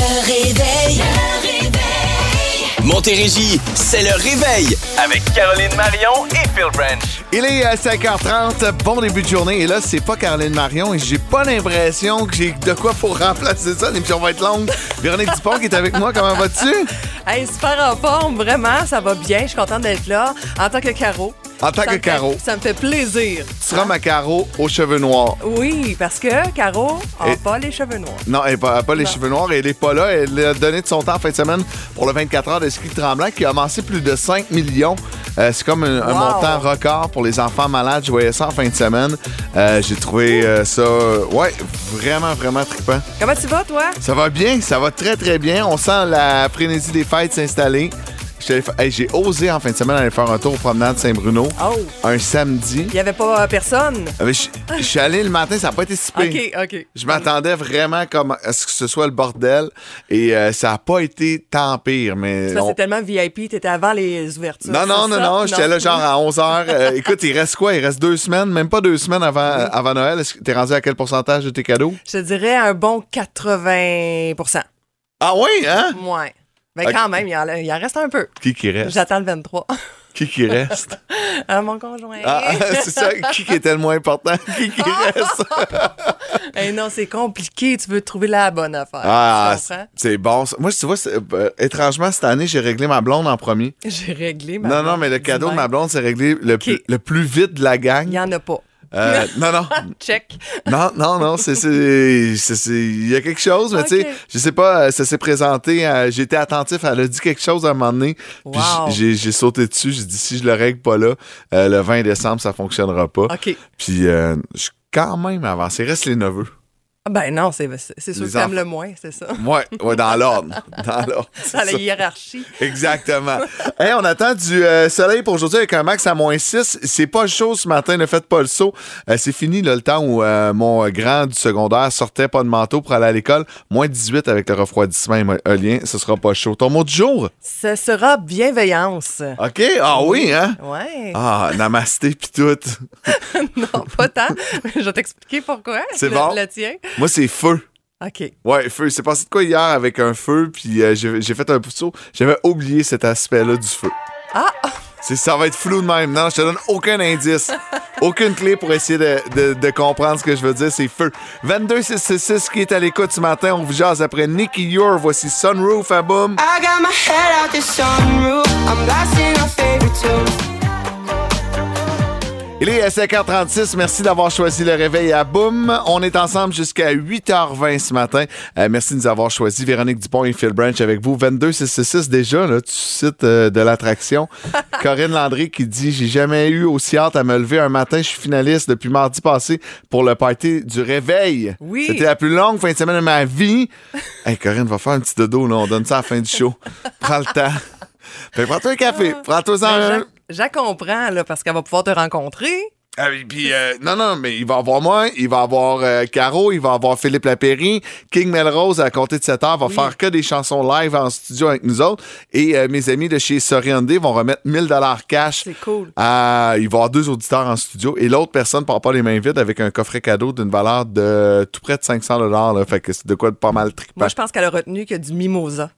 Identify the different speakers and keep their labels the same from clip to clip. Speaker 1: réveil.
Speaker 2: Montérégie, c'est le réveil avec Caroline Marion et Phil Branch.
Speaker 3: Il est à 5h30, bon début de journée. Et là, c'est pas Caroline Marion et j'ai pas l'impression que j'ai de quoi pour remplacer ça. L'émission va être longue. Véronique Dupont qui est avec moi, comment vas-tu?
Speaker 4: Hey, super en forme, vraiment, ça va bien. Je suis contente d'être là en tant que Caro.
Speaker 3: En tant
Speaker 4: ça
Speaker 3: que
Speaker 4: me fait-
Speaker 3: Caro.
Speaker 4: ça me fait plaisir.
Speaker 3: Tu seras ma Caro aux cheveux noirs.
Speaker 4: Oui, parce que Caro n'a
Speaker 3: Et-
Speaker 4: pas les cheveux noirs.
Speaker 3: Non, elle n'a pas, elle a pas les
Speaker 4: Non.
Speaker 3: cheveux noirs et elle n'est pas là. Elle a donné de son temps en fin de semaine pour le 24 heures de ski de Tremblant qui a amassé plus de 5 millions. Euh, c'est comme un, un
Speaker 4: Wow.
Speaker 3: montant record pour les enfants malades. Je voyais ça en fin de semaine. Euh, J'ai trouvé euh, ça, euh, ouais, vraiment, vraiment trippant.
Speaker 4: Comment tu vas, toi?
Speaker 3: Ça va bien, ça va très très bien. On sent la frénésie des fêtes s'installer. J'étais allé fa- hey, J'ai osé en fin de semaine aller faire un tour au promenade Saint-Bruno
Speaker 4: Oh,
Speaker 3: un samedi.
Speaker 4: il n'y avait pas euh, personne?
Speaker 3: Euh, Je je suis allé le matin, ça n'a pas été si pire.
Speaker 4: OK, OK.
Speaker 3: Je m'attendais vraiment comme à ce que ce soit le bordel et euh, ça n'a pas été tant pire. Mais
Speaker 4: C'est parce
Speaker 3: on-
Speaker 4: que c'est tellement VIP, t'étais avant les ouvertures.
Speaker 3: non, non,
Speaker 4: c'est
Speaker 3: non,
Speaker 4: ça?
Speaker 3: non, j'étais là genre à 11h. écoute, il reste quoi? Il reste deux semaines, même pas deux semaines avant, avant Noël. Est-ce que t'es rendu à quel pourcentage de tes cadeaux?
Speaker 4: Je te dirais un bon 80
Speaker 3: Ah oui, hein?
Speaker 4: Ouais. Ben
Speaker 3: Ok.
Speaker 4: quand même, il en, il en reste un peu.
Speaker 3: Qui qui reste?
Speaker 4: J'attends le 23.
Speaker 3: Qui qui reste?
Speaker 4: à mon conjoint.
Speaker 3: Ah, c'est ça, qui qui était le moins important? Qui qui
Speaker 4: Ah.
Speaker 3: reste?
Speaker 4: Eh non, c'est compliqué. Tu veux trouver la bonne affaire.
Speaker 3: Ah,
Speaker 4: tu comprends?
Speaker 3: c'est bon. ça. Moi, tu vois, c'est- euh, étrangement, cette année, j'ai réglé ma blonde en premier.
Speaker 4: J'ai réglé ma
Speaker 3: Non, non,
Speaker 4: blonde
Speaker 3: mais le cadeau de
Speaker 4: d'hiver.
Speaker 3: ma blonde, c'est réglé le, plus-
Speaker 4: Ok.
Speaker 3: le plus vite de la
Speaker 4: Il
Speaker 3: gang.
Speaker 4: n'y en a pas.
Speaker 3: Euh, non, non,
Speaker 4: Check.
Speaker 3: non, non, non, c'est, c'est, c'est- c'est- il y a quelque chose, mais
Speaker 4: Ok.
Speaker 3: tu sais, je sais pas, euh, ça s'est présenté, euh, j'étais attentif, elle a dit quelque chose à un moment donné, puis
Speaker 4: Wow.
Speaker 3: j'ai, j'ai sauté dessus, j'ai dit, si je le règle pas là, euh, le 20 décembre, ça fonctionnera pas.
Speaker 4: OK.
Speaker 3: Puis, euh, je suis quand même avancé, reste les neveux.
Speaker 4: Ah, Ben non, c'est c'est sûr
Speaker 3: Les
Speaker 4: que t'aimes
Speaker 3: enfants.
Speaker 4: le moins, c'est ça.
Speaker 3: Ouais, ouais, dans l'ordre. Dans l'ordre. c'est
Speaker 4: Dans la
Speaker 3: ça.
Speaker 4: hiérarchie.
Speaker 3: Exactement. Hey, on attend du euh, soleil pour aujourd'hui avec un max à moins 6. C'est pas chaud ce matin, ne faites pas le saut. Euh, c'est fini là, le temps où euh, mon grand du secondaire sortait pas de manteau pour aller à l'école. Moins 18 avec le refroidissement éolien, ce sera pas chaud. Ton mot du jour?
Speaker 4: Ce sera bienveillance.
Speaker 3: OK? Ah oui, hein?
Speaker 4: Ouais.
Speaker 3: Ah, namasté pis tout.
Speaker 4: Non, pas tant. Je vais t'expliquer pourquoi.
Speaker 3: C'est
Speaker 4: le,
Speaker 3: bon.
Speaker 4: Le tien.
Speaker 3: Moi, c'est feu.
Speaker 4: OK.
Speaker 3: Ouais, feu. C'est passé de quoi hier avec un feu, puis euh, j'ai j'ai fait un saut. J'avais oublié cet aspect-là du feu.
Speaker 4: Ah!
Speaker 3: C'est- Ça va être flou de même. Non, je te donne aucun indice, aucune clé pour essayer de, de- de comprendre ce que je veux dire. C'est feu. 22666 qui est à l'écoute ce matin. On vous jase après Nicky Your. Voici Sunroof à boum.
Speaker 5: I got my head out the sunroof. I'm blasting our favorite tune.
Speaker 3: Il est à 5h36. Merci d'avoir choisi le réveil à boum. On est ensemble jusqu'à 8h20 ce matin. Euh, merci de nous avoir choisi. Véronique Dupont et Phil Branch avec vous. 22666 déjà, là, tu cites euh, de l'attraction. Corinne Landry qui dit J'ai jamais eu aussi hâte à me lever un matin. Je suis finaliste depuis mardi passé pour le party du réveil.
Speaker 4: Oui.
Speaker 3: C'était la plus longue fin de semaine de ma vie. hey, Corinne, va faire un petit dodo. Là. On donne ça à la fin du show. Prends le temps. Fait, prends-toi un café. Prends-toi
Speaker 4: Ben,
Speaker 3: un.
Speaker 4: Jacques- Jacques comprend, là, parce qu'elle va pouvoir te rencontrer.
Speaker 3: Ah oui, puis, euh, non, non, mais il va avoir moi, il va avoir euh, Caro, il va avoir Philippe Lapéry, King Melrose à compter de 7 heures va faire que des chansons live en studio avec nous autres. Et euh, mes amis de chez Soriandé vont remettre 1000 dollars cash.
Speaker 4: C'est cool.
Speaker 3: à- il va y avoir deux auditeurs en studio et l'autre personne part pas les mains vides avec un coffret cadeau d'une valeur de tout près de 500 dollars. Fait que c'est de quoi de pas mal trippant.
Speaker 4: Moi, je pense qu'elle a retenu qu'il y a du mimosa.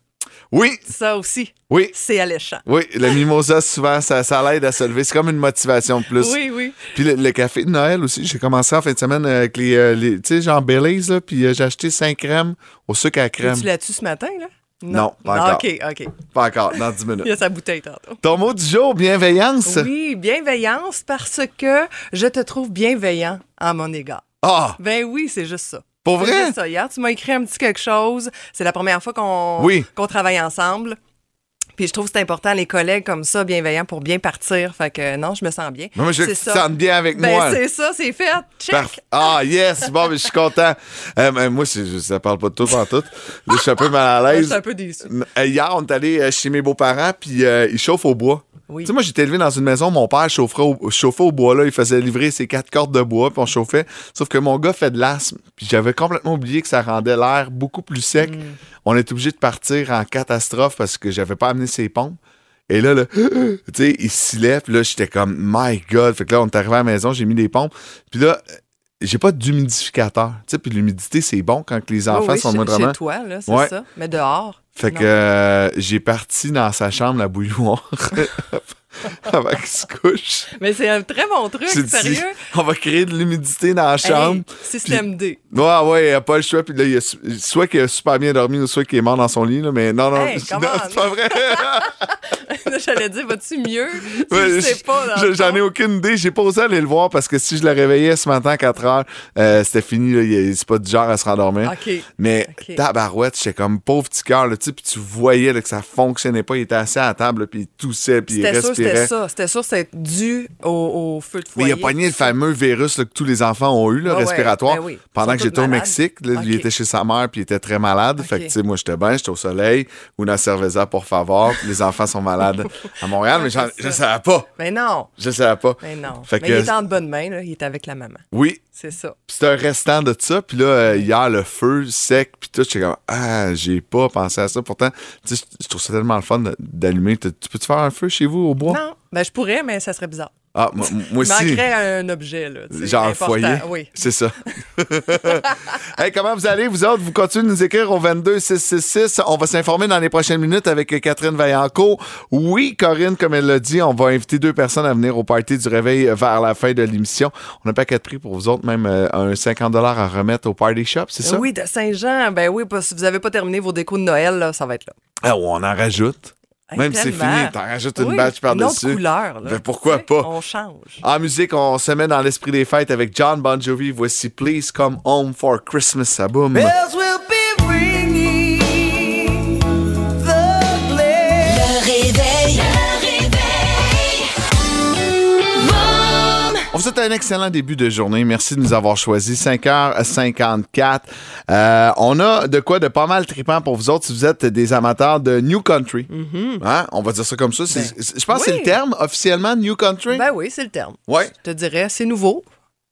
Speaker 3: Oui,
Speaker 4: Ça aussi,
Speaker 3: oui.
Speaker 4: c'est alléchant.
Speaker 3: Oui, le mimosa, souvent, ça, ça l'aide à se lever. C'est comme une motivation de plus.
Speaker 4: Oui, oui.
Speaker 3: Puis le, le café de Noël aussi, j'ai commencé en fin de semaine euh, avec les, euh, les- tu sais, genre Belize, là, puis euh, j'ai acheté 5 crèmes au sucre à crème.
Speaker 4: Tu l'as-tu ce matin, là? Ah,
Speaker 3: Non, pas encore.
Speaker 4: OK, OK.
Speaker 3: Pas encore, dans 10
Speaker 4: Il y
Speaker 3: minutes.
Speaker 4: a sa bouteille tantôt.
Speaker 3: Ton mot du jour, bienveillance.
Speaker 4: Oui, bienveillance parce que je te trouve bienveillant à mon égard.
Speaker 3: Ah,
Speaker 4: Ben oui, c'est juste ça.
Speaker 3: pour
Speaker 4: C'est
Speaker 3: vrai?
Speaker 4: juste ça. Hier, tu m'as écrit un petit quelque chose. C'est la première fois qu'on
Speaker 3: Oui.
Speaker 4: qu'on travaille ensemble. Puis je trouve que c'est important, les collègues comme ça, bienveillants, pour bien partir. Fait que non, je me sens bien.
Speaker 3: Moi, je veux que
Speaker 4: C'est
Speaker 3: tu te
Speaker 4: ça.
Speaker 3: sentes bien avec
Speaker 4: Ben,
Speaker 3: moi.
Speaker 4: c'est ça, c'est fait. Check.
Speaker 3: Parf- Ah, yes! Bon, mais je suis content. Euh, ben, moi, c'est- ça parle pas de tout en tout. Là, je suis un peu mal à
Speaker 4: Ah, Je
Speaker 3: l'aise.
Speaker 4: suis un peu déçu.
Speaker 3: Euh, Hier, on est allé euh, chez mes beaux-parents, puis euh, ils chauffent au bois.
Speaker 4: Oui.
Speaker 3: Tu sais, moi, j'étais élevé dans une maison, mon père chauffait au, chauffait au bois, là. Il faisait livrer ses quatre cordes de bois, puis on chauffait. Sauf que mon gars fait de l'asthme, puis j'avais complètement oublié que ça rendait l'air beaucoup plus sec.
Speaker 4: Mm.
Speaker 3: On est obligé de partir en catastrophe parce que j'avais pas amené ses pompes. Et là, là, tu sais, il s'y lève, puis là, j'étais comme, my God. Fait que là, on est arrivé à la maison, j'ai mis des pompes. Puis là, j'ai pas d'humidificateur. Tu sais, puis l'humidité, c'est bon quand que les enfants
Speaker 4: Oh Oui, oui,
Speaker 3: sont
Speaker 4: chez-
Speaker 3: moindrement.
Speaker 4: Chez toi, là, c'est
Speaker 3: Ouais.
Speaker 4: ça. Mais dehors.
Speaker 3: Fait
Speaker 4: non.
Speaker 3: que euh, j'ai parti dans sa chambre la bouilloire avant qu'il se couche.
Speaker 4: Mais c'est un très bon truc,
Speaker 3: J'ai dit,
Speaker 4: sérieux.
Speaker 3: on va créer de l'humidité dans la chambre.
Speaker 4: Hey, système D.
Speaker 3: Ouais, ouais, il a pas le choix. Puis là, il a su- soit qu'il a super bien dormi, ou soit qu'il est mort dans son lit. Là, mais non, non,
Speaker 4: Hey,
Speaker 3: c'est-
Speaker 4: come
Speaker 3: non,
Speaker 4: on.
Speaker 3: c'est pas vrai.
Speaker 4: J'allais dire, vas-tu mieux? Tu
Speaker 3: Ouais,
Speaker 4: le sais
Speaker 3: je-
Speaker 4: pas. dans
Speaker 3: je-
Speaker 4: le
Speaker 3: J'en ai
Speaker 4: fond.
Speaker 3: aucune idée. J'ai pas osé aller le voir parce que si je le réveillais ce matin à 4 heures, euh, c'était fini. là. Il- C'est pas du genre à se rendormir.
Speaker 4: OK.
Speaker 3: Mais
Speaker 4: Ok.
Speaker 3: tabarouette, j'étais comme pauvre petit cœur. là, tu sais, Puis tu voyais là, que ça fonctionnait pas. Il était assis à la table, là, puis il toussait, puis il
Speaker 4: C'était sûr,
Speaker 3: respirait.
Speaker 4: c'était ça. C'était sûr, c'est dû au, au feu de
Speaker 3: Mais
Speaker 4: foyer.
Speaker 3: il a pogné le fameux virus là, que tous les enfants ont eu, le
Speaker 4: Ouais, ouais,
Speaker 3: respiratoire.
Speaker 4: ben oui.
Speaker 3: Pendant
Speaker 4: Ils
Speaker 3: que
Speaker 4: sont
Speaker 3: j'étais au
Speaker 4: tous malades.
Speaker 3: Mexique, là, lui
Speaker 4: Ok.
Speaker 3: était chez sa mère, puis il était très malade. Fait que,
Speaker 4: Ok.
Speaker 3: tu sais, moi, j'étais bien, j'étais au soleil. Una cerveza, por favor. les enfants sont malades à Montréal, mais j'en-
Speaker 4: Ah, c'est
Speaker 3: je
Speaker 4: ça.
Speaker 3: savais pas.
Speaker 4: Mais non.
Speaker 3: Je savais pas.
Speaker 4: Mais non.
Speaker 3: Fait
Speaker 4: mais
Speaker 3: que-
Speaker 4: il était en bonne main, là. Il était avec la maman.
Speaker 3: Oui,
Speaker 4: C'est ça.
Speaker 3: Puis c'est un restant de ça. Puis là, euh, hier, le feu sec, puis tout, j'étais comme, ah, j'ai pas pensé à ça. Pourtant, tu sais, je- je trouve ça tellement le fun de- d'allumer. Tu tu peux-tu faire un feu chez vous au bois?
Speaker 4: Non. Ben, je pourrais, mais ça serait bizarre.
Speaker 3: Ah, moi, Oh. moi
Speaker 4: Il
Speaker 3: aussi.
Speaker 4: manquerait un objet, là. tu sais,
Speaker 3: Genre
Speaker 4: important.
Speaker 3: foyer.
Speaker 4: Oui.
Speaker 3: C'est ça. hey, comment vous allez, vous autres? Vous continuez de nous écrire au 22666. On va s'informer dans les prochaines minutes avec Catherine Vaillancourt. Oui, Corinne, comme elle l'a dit, on va inviter deux personnes à venir au party du réveil vers la fin de l'émission. On a un paquet de prix pour vous autres, même euh, un 50 à remettre au Party Shop, c'est ça?
Speaker 4: Oui, de Saint-Jean. Ben oui, parce que si vous n'avez pas terminé vos décos de Noël, là, ça va être là.
Speaker 3: Ah, on en rajoute.
Speaker 4: Hey,
Speaker 3: Même si c'est
Speaker 4: tellement.
Speaker 3: fini, t'en rajoutes une
Speaker 4: Oui,
Speaker 3: batch
Speaker 4: Une
Speaker 3: par-dessus.
Speaker 4: autre couleur, là.
Speaker 3: Ben, pourquoi
Speaker 4: Tu sais,
Speaker 3: pas?
Speaker 4: On change.
Speaker 3: En musique, on se met dans l'esprit des fêtes avec John Bon Jovi. Voici Please Come Home for Christmas. Ça boum.
Speaker 5: Bells will be ringing the glade.
Speaker 1: Le réveil. Le réveil. Boum.
Speaker 3: On vous souhaite un excellent début de journée. Merci de nous avoir choisis. 5h54. Euh, on a de quoi de pas mal tripant pour vous autres si vous êtes des amateurs de New Country. Hein? On va dire ça comme ça. C'est- c'est- je pense que c'est
Speaker 4: oui.
Speaker 3: le terme officiellement New Country.
Speaker 4: Ben oui, c'est le terme.
Speaker 3: Ouais.
Speaker 4: Je te dirais, c'est nouveau,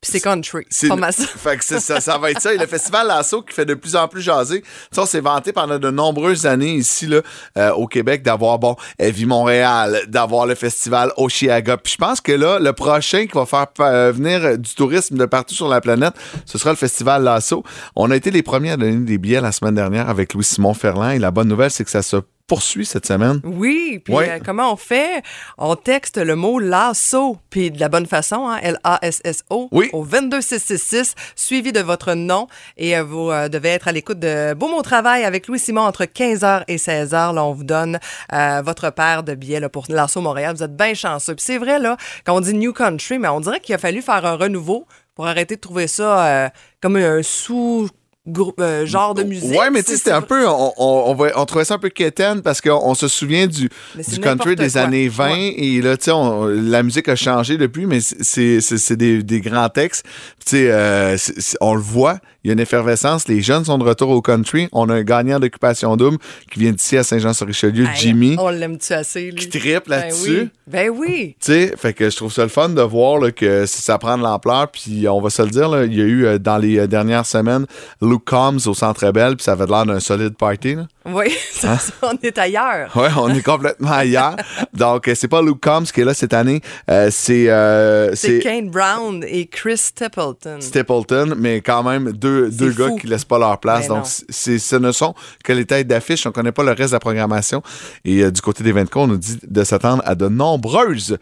Speaker 4: puis c'est country.
Speaker 3: C'est-
Speaker 4: C'est pas mal ça.
Speaker 3: Fait que c'est- ça, ça va être ça. Et le festival Lasso qui fait de plus en plus jaser. Tu sais, on s'est vanté pendant de nombreuses années ici, là, euh, au Québec, d'avoir, bon, Vie Montréal, d'avoir le festival Oshiaga. Puis je pense que là, le prochain qui va faire euh, venir euh, du tourisme de partout sur la planète, ce sera le festival Lasso. On a été les premiers à donner des billets la semaine dernière avec Louis-Simon Ferland. Et la bonne nouvelle, c'est que ça se poursuit cette semaine.
Speaker 4: Oui, puis
Speaker 3: Ouais.
Speaker 4: euh, comment on fait? On texte le mot lasso, puis de la bonne façon, hein, L-A-S-S-O,
Speaker 3: Oui.
Speaker 4: au 22666, suivi de votre nom. Et euh, vous euh, devez être à l'écoute de Beau Mon Travail avec Louis Simon entre 15h et 16h. Là, on vous donne euh, votre paire de billets là, pour Lasso Montréal. Vous êtes bien chanceux. Puis c'est vrai, là, quand on dit New Country, mais on dirait qu'il a fallu faire un renouveau pour arrêter de trouver ça euh, comme un sous... grou- euh, genre de musique.
Speaker 3: Oh, Ouais, mais tu sais, c'était un peu. On, on, on va- on trouvait ça un peu quétaine parce qu'on on se souvient du,
Speaker 4: Mais c'est
Speaker 3: du country
Speaker 4: n'importe
Speaker 3: des
Speaker 4: quoi.
Speaker 3: années 20
Speaker 4: Ouais.
Speaker 3: et là, tu sais, on- la musique a changé depuis, mais c'est- c'est c'est- c'est des, des grands textes. Tu sais, euh, c'est- c'est- on le voit, il y a une effervescence. Les jeunes sont de retour au country. On a un gagnant d'occupation double qui vient d'ici à Saint-Jean-sur-Richelieu,
Speaker 4: Hey,
Speaker 3: Jimmy.
Speaker 4: On l'aime-tu assez, lui?
Speaker 3: qui triple là-dessus.
Speaker 4: Oh, Ben oui. Ben oui.
Speaker 3: Tu sais, fait que je trouve ça le fun de voir là, que c- ça prend de l'ampleur. Puis on va se le dire, là, il y a eu euh, dans les euh, dernières semaines Luke Combs au Centre Bell, puis ça avait l'air d'un solide party. Là.
Speaker 4: Oui, c'est
Speaker 3: Hein?
Speaker 4: ça, on est ailleurs.
Speaker 3: Ouais, on est complètement ailleurs. Donc, euh, c'est pas Luke Combs qui est là cette année. Euh, c'est euh,
Speaker 4: C'est
Speaker 3: c'est
Speaker 4: Kane Brown et Chris Stapleton.
Speaker 3: Stapleton, mais quand même deux, deux
Speaker 4: fou.
Speaker 3: gars qui laissent pas leur place.
Speaker 4: Mais non.
Speaker 3: Donc, c'est, ce ne sont que les têtes d'affiche. On connaît pas le reste de la programmation. Et euh, du côté des 24, on nous dit de s'attendre à de nombreuses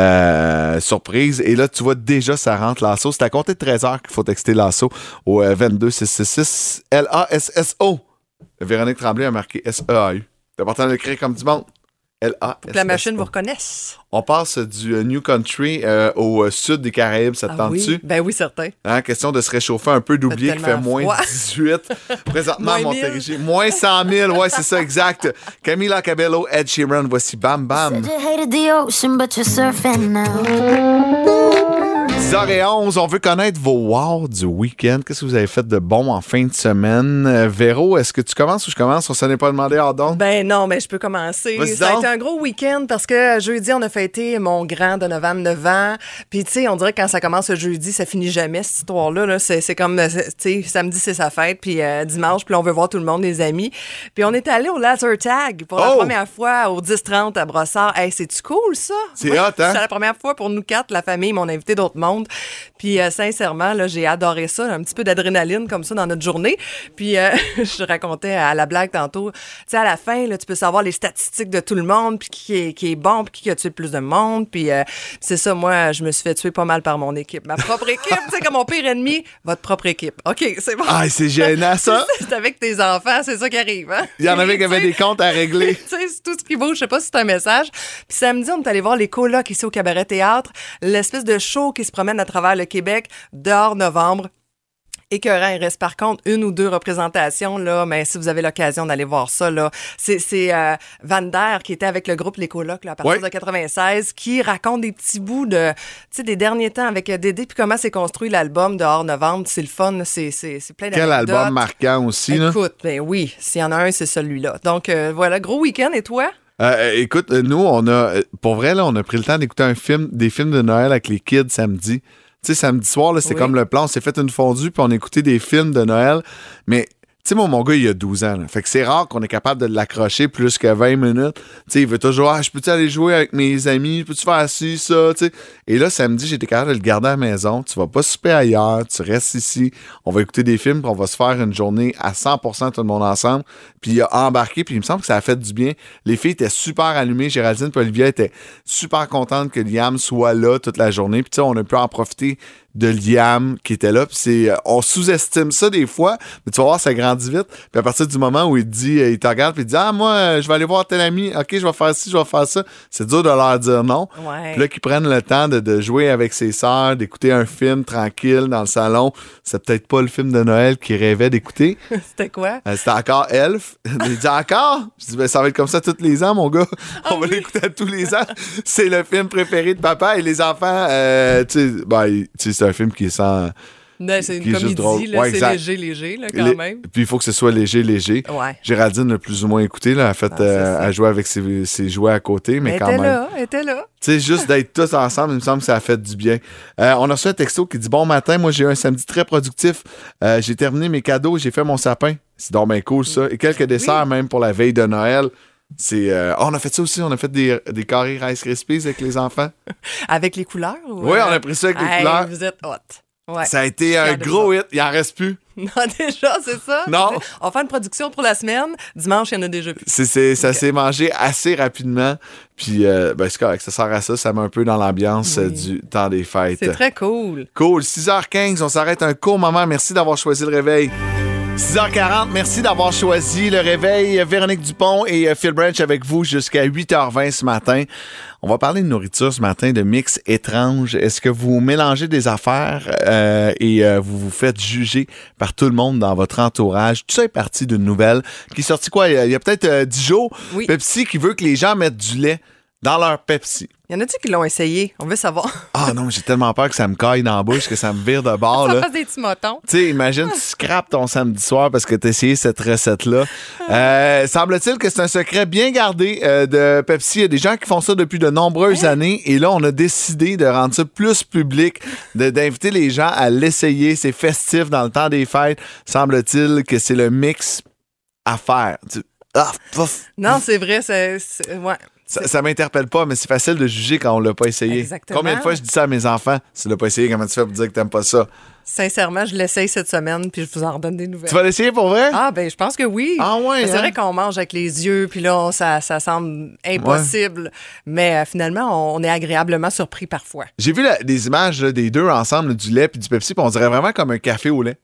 Speaker 3: euh, surprises. Et là, tu vois déjà, ça rentre l'assaut. C'est à compter de 13 heures qu'il faut texter l'assaut au euh, 22666 L-A-S-S-O. Véronique Tremblay a marqué S-E-A-U. C'est important de l'écrire comme du monde. L-A-S-S-O.
Speaker 4: Pour que la machine vous reconnaisse.
Speaker 3: On passe du euh, New Country euh, au euh, sud des Caraïbes, ça te
Speaker 4: Ah
Speaker 3: tente-tu?
Speaker 4: oui. Ben oui, certain.
Speaker 3: Hein, question de se réchauffer un peu, d'oublier
Speaker 4: Fait
Speaker 3: qu'il fait
Speaker 4: tellement
Speaker 3: moins
Speaker 4: froid.
Speaker 3: 18 présentement à
Speaker 4: Moins mille.
Speaker 3: Montérégie. Moins 100 000, ouais, c'est ça, exact. Camila Cabello, Ed Sheeran, voici Bam Bam.
Speaker 6: Said you hated the ocean, but you're surfing now.
Speaker 3: 10h11, on veut connaître vos wow du week-end. Qu'est-ce que vous avez fait de bon en fin de semaine? Euh, Véro, est-ce que tu commences ou je commence? On s'en est pas demandé, hors donc.
Speaker 4: Ben non, mais je peux commencer.
Speaker 3: Vas-y
Speaker 4: Ça a
Speaker 3: donc.
Speaker 4: été un gros week-end parce que euh, jeudi, on a fêté mon grand Donovan 9 ans. Puis, tu sais, on dirait que quand ça commence le jeudi, ça finit jamais, cette histoire-là. là. C'est c'est comme, euh, c'est- tu sais, samedi, c'est sa fête, puis euh, dimanche, puis là, on veut voir tout le monde, les amis. Puis, on est allé au Laser Tag pour la
Speaker 3: Oh!
Speaker 4: première fois au 10-30 à Brossard. Hey, c'est-tu cool, ça?
Speaker 3: C'est hot, hein?
Speaker 4: C'est la première fois pour nous quatre, la famille, mais on a invité d'autres mondes. secondes. Puis euh, sincèrement, là, j'ai adoré ça, un petit peu d'adrénaline comme ça dans notre journée. Puis euh, je racontais à la blague tantôt, tu sais, à la fin, là, tu peux savoir les statistiques de tout le monde, puis qui est, qui est bon, puis qui a tué le plus de monde. Puis euh, c'est ça, moi, je me suis fait tuer pas mal par mon équipe. Ma propre équipe, tu sais, comme mon pire ennemi, votre propre équipe. OK, c'est bon.
Speaker 3: Ah, c'est gênant, ça.
Speaker 4: c'est avec tes enfants, c'est ça qui arrive. hein?
Speaker 3: Il y en avait qui
Speaker 4: Tu sais,
Speaker 3: avaient des comptes à régler.
Speaker 4: tu sais, c'est tout ce qui vaut. Je sais pas si c'est un message. Puis samedi, on est allé voir les colocs ici au Cabaret Théâtre, l'espèce de show qui se promène à travers le Québec dehors novembre. Écœurant, il reste par contre une ou deux représentations, là, mais si vous avez l'occasion d'aller voir ça, là, c'est, c'est euh, Van Der qui était avec le groupe Les Colocs là, à partir
Speaker 3: Ouais.
Speaker 4: de 96, qui raconte des petits bouts de, tu sais, des derniers temps avec euh, Dédé, puis comment s'est construit l'album dehors novembre. C'est le fun, là, c'est, c'est, c'est plein
Speaker 3: Quel
Speaker 4: d'anecdotes.
Speaker 3: album marquant aussi, là.
Speaker 4: Écoute, ben oui, s'il y en a un, c'est celui-là. Donc euh, voilà, gros week-end et toi?
Speaker 3: Euh, écoute, euh, nous, on a. euh, Pour vrai, là, on a pris le temps d'écouter un film, des films de Noël avec les kids samedi. Tu sais, samedi soir, là, c'est
Speaker 4: Oui.
Speaker 3: comme le plan. On s'est fait une fondue, puis on écoutait des films de Noël. Mais. Tu sais, moi, mon gars, il a 12 ans. là. Fait que c'est rare qu'on est capable de l'accrocher plus que 20 minutes. Tu sais, il veut toujours, ah, je peux-tu aller jouer avec mes amis? Peux-tu faire ci, ça? Tu sais. Et là, samedi, j'étais capable de le garder à la maison. Tu vas pas souper ailleurs. Tu restes ici. On va écouter des films, puis on va se faire une journée à 100% tout le monde ensemble. Puis il a embarqué, puis il me semble que ça a fait du bien. Les filles étaient super allumées. Géraldine et Olivia étaient super contentes que Liam soit là toute la journée. Puis tu sais, on a pu en profiter de Liam qui était là. Puis c'est, euh, on sous-estime ça des fois, mais tu vas voir, ça grandit vite. Puis à partir du moment où il dit, euh, il te regarde, puis il dit, ah, moi, euh, je vais aller voir tel ami. OK, je vais faire ci, je vais faire ça. C'est dur de leur dire non.
Speaker 4: Ouais.
Speaker 3: Puis là, qu'ils prennent le temps de, de jouer avec ses sœurs, d'écouter un film tranquille dans le salon. C'est peut-être pas le film de Noël qu'ils rêvaient d'écouter.
Speaker 4: C'était quoi?
Speaker 3: Euh, C'était encore Elf. Il dit encore. Je dis, ben, ça va être comme ça tous les ans, mon gars.
Speaker 4: Ah
Speaker 3: On va l'écouter à tous les ans. C'est le film préféré de papa et les enfants. euh, tu sais, ben, il- tu sais, c'est un film qui est sans.
Speaker 4: Non, c'est
Speaker 3: Qui est
Speaker 4: une
Speaker 3: juste drôle.
Speaker 4: comédie, là,
Speaker 3: Ouais,
Speaker 4: c'est
Speaker 3: exact.
Speaker 4: léger, léger, là, quand
Speaker 3: Lé-
Speaker 4: même.
Speaker 3: Puis il faut que ce soit léger, léger.
Speaker 4: Ouais. Ah,
Speaker 3: Géraldine l'a plus ou moins écouté, là, a fait,
Speaker 4: c'est
Speaker 3: euh,
Speaker 4: ça.
Speaker 3: à jouer avec ses, ses jouets à côté, mais
Speaker 4: Elle
Speaker 3: quand
Speaker 4: était
Speaker 3: même.
Speaker 4: là, elle était là.
Speaker 3: Tu sais, juste d'être tous ensemble, il me semble que ça a fait du bien. Euh, on a reçu un texto qui dit Bon matin, moi j'ai eu un samedi très productif. Euh, j'ai terminé mes cadeaux, j'ai fait mon sapin. C'est donc bien cool ça. Et quelques desserts même pour la veille de Noël. C'est, euh, oh, on a fait ça aussi, on a fait des, des carrés Rice Krispies avec les enfants.
Speaker 4: Avec les couleurs? ou,
Speaker 3: Oui,
Speaker 4: euh,
Speaker 3: on a pris ça avec les
Speaker 4: hey,
Speaker 3: couleurs.
Speaker 4: Vous êtes hot. Ouais.
Speaker 3: Ça a été un
Speaker 4: Fier de
Speaker 3: gros hit, il en reste plus.
Speaker 4: Non, déjà, c'est ça?
Speaker 3: Non.
Speaker 4: On fait une production pour la semaine. Dimanche, il y en a déjà plus.
Speaker 3: C'est- c'est- ça s'est mangé assez rapidement. Puis, euh, ben, c'est correct, ça sert à ça, ça met un peu dans l'ambiance euh, du temps des fêtes.
Speaker 4: C'est très cool.
Speaker 3: Cool. 6h15, on s'arrête un court moment. Merci d'avoir choisi le réveil. 6h40, merci d'avoir choisi le réveil. Véronique Dupont et euh, Phil Branch avec vous jusqu'à 8h20 ce matin. On va parler de nourriture ce matin, de mix étrange. Est-ce que vous mélangez des affaires euh, et euh, vous vous faites juger par tout le monde dans votre entourage? Tout ça est parti d'une nouvelle qui est sortie quoi? Il y a, il y a peut-être euh, 10 jours.
Speaker 4: Oui.
Speaker 3: Pepsi qui veut que les gens mettent du lait dans leur Pepsi.
Speaker 4: Il y en a-tu qui l'ont essayé? On veut savoir.
Speaker 3: Ah non, j'ai tellement peur que ça me caille dans la bouche, que ça me vire de bord.
Speaker 4: ça
Speaker 3: Ah, là.
Speaker 4: passe des petits motons.
Speaker 3: Tu sais, imagine, tu scrapes ton samedi soir parce que t'as essayé cette recette-là. Euh, Semble-t-il que c'est un secret bien gardé euh, de Pepsi. Il y a des gens qui font ça depuis de nombreuses années. Et là, on a décidé de rendre ça plus public, de- d'inviter les gens à l'essayer. C'est festif dans le temps des fêtes. Semble-t-il que c'est le mix à faire. Tu- Ah, pouf.
Speaker 4: Non, c'est vrai, c'est. c'est- Ouais.
Speaker 3: ça, ça m'interpelle pas, mais c'est facile de juger quand on l'a pas essayé.
Speaker 4: Exactement.
Speaker 3: Combien de fois je dis ça à mes enfants? Si tu l'as pas essayé, comment tu fais pour dire que t'aimes pas ça?
Speaker 4: Sincèrement, je l'essaye cette semaine, puis je vous en redonne des nouvelles.
Speaker 3: Tu vas l'essayer pour vrai?
Speaker 4: Ah, ben, je pense que oui.
Speaker 3: Ah ouais,
Speaker 4: Ben, C'est
Speaker 3: hein?
Speaker 4: vrai qu'on mange avec les yeux, puis là, on- ça, ça semble impossible. Mais euh, finalement, on, on est agréablement surpris parfois.
Speaker 3: J'ai vu la- des images là, des deux ensemble, là, du lait puis du Pepsi, puis on dirait vraiment comme un café au lait.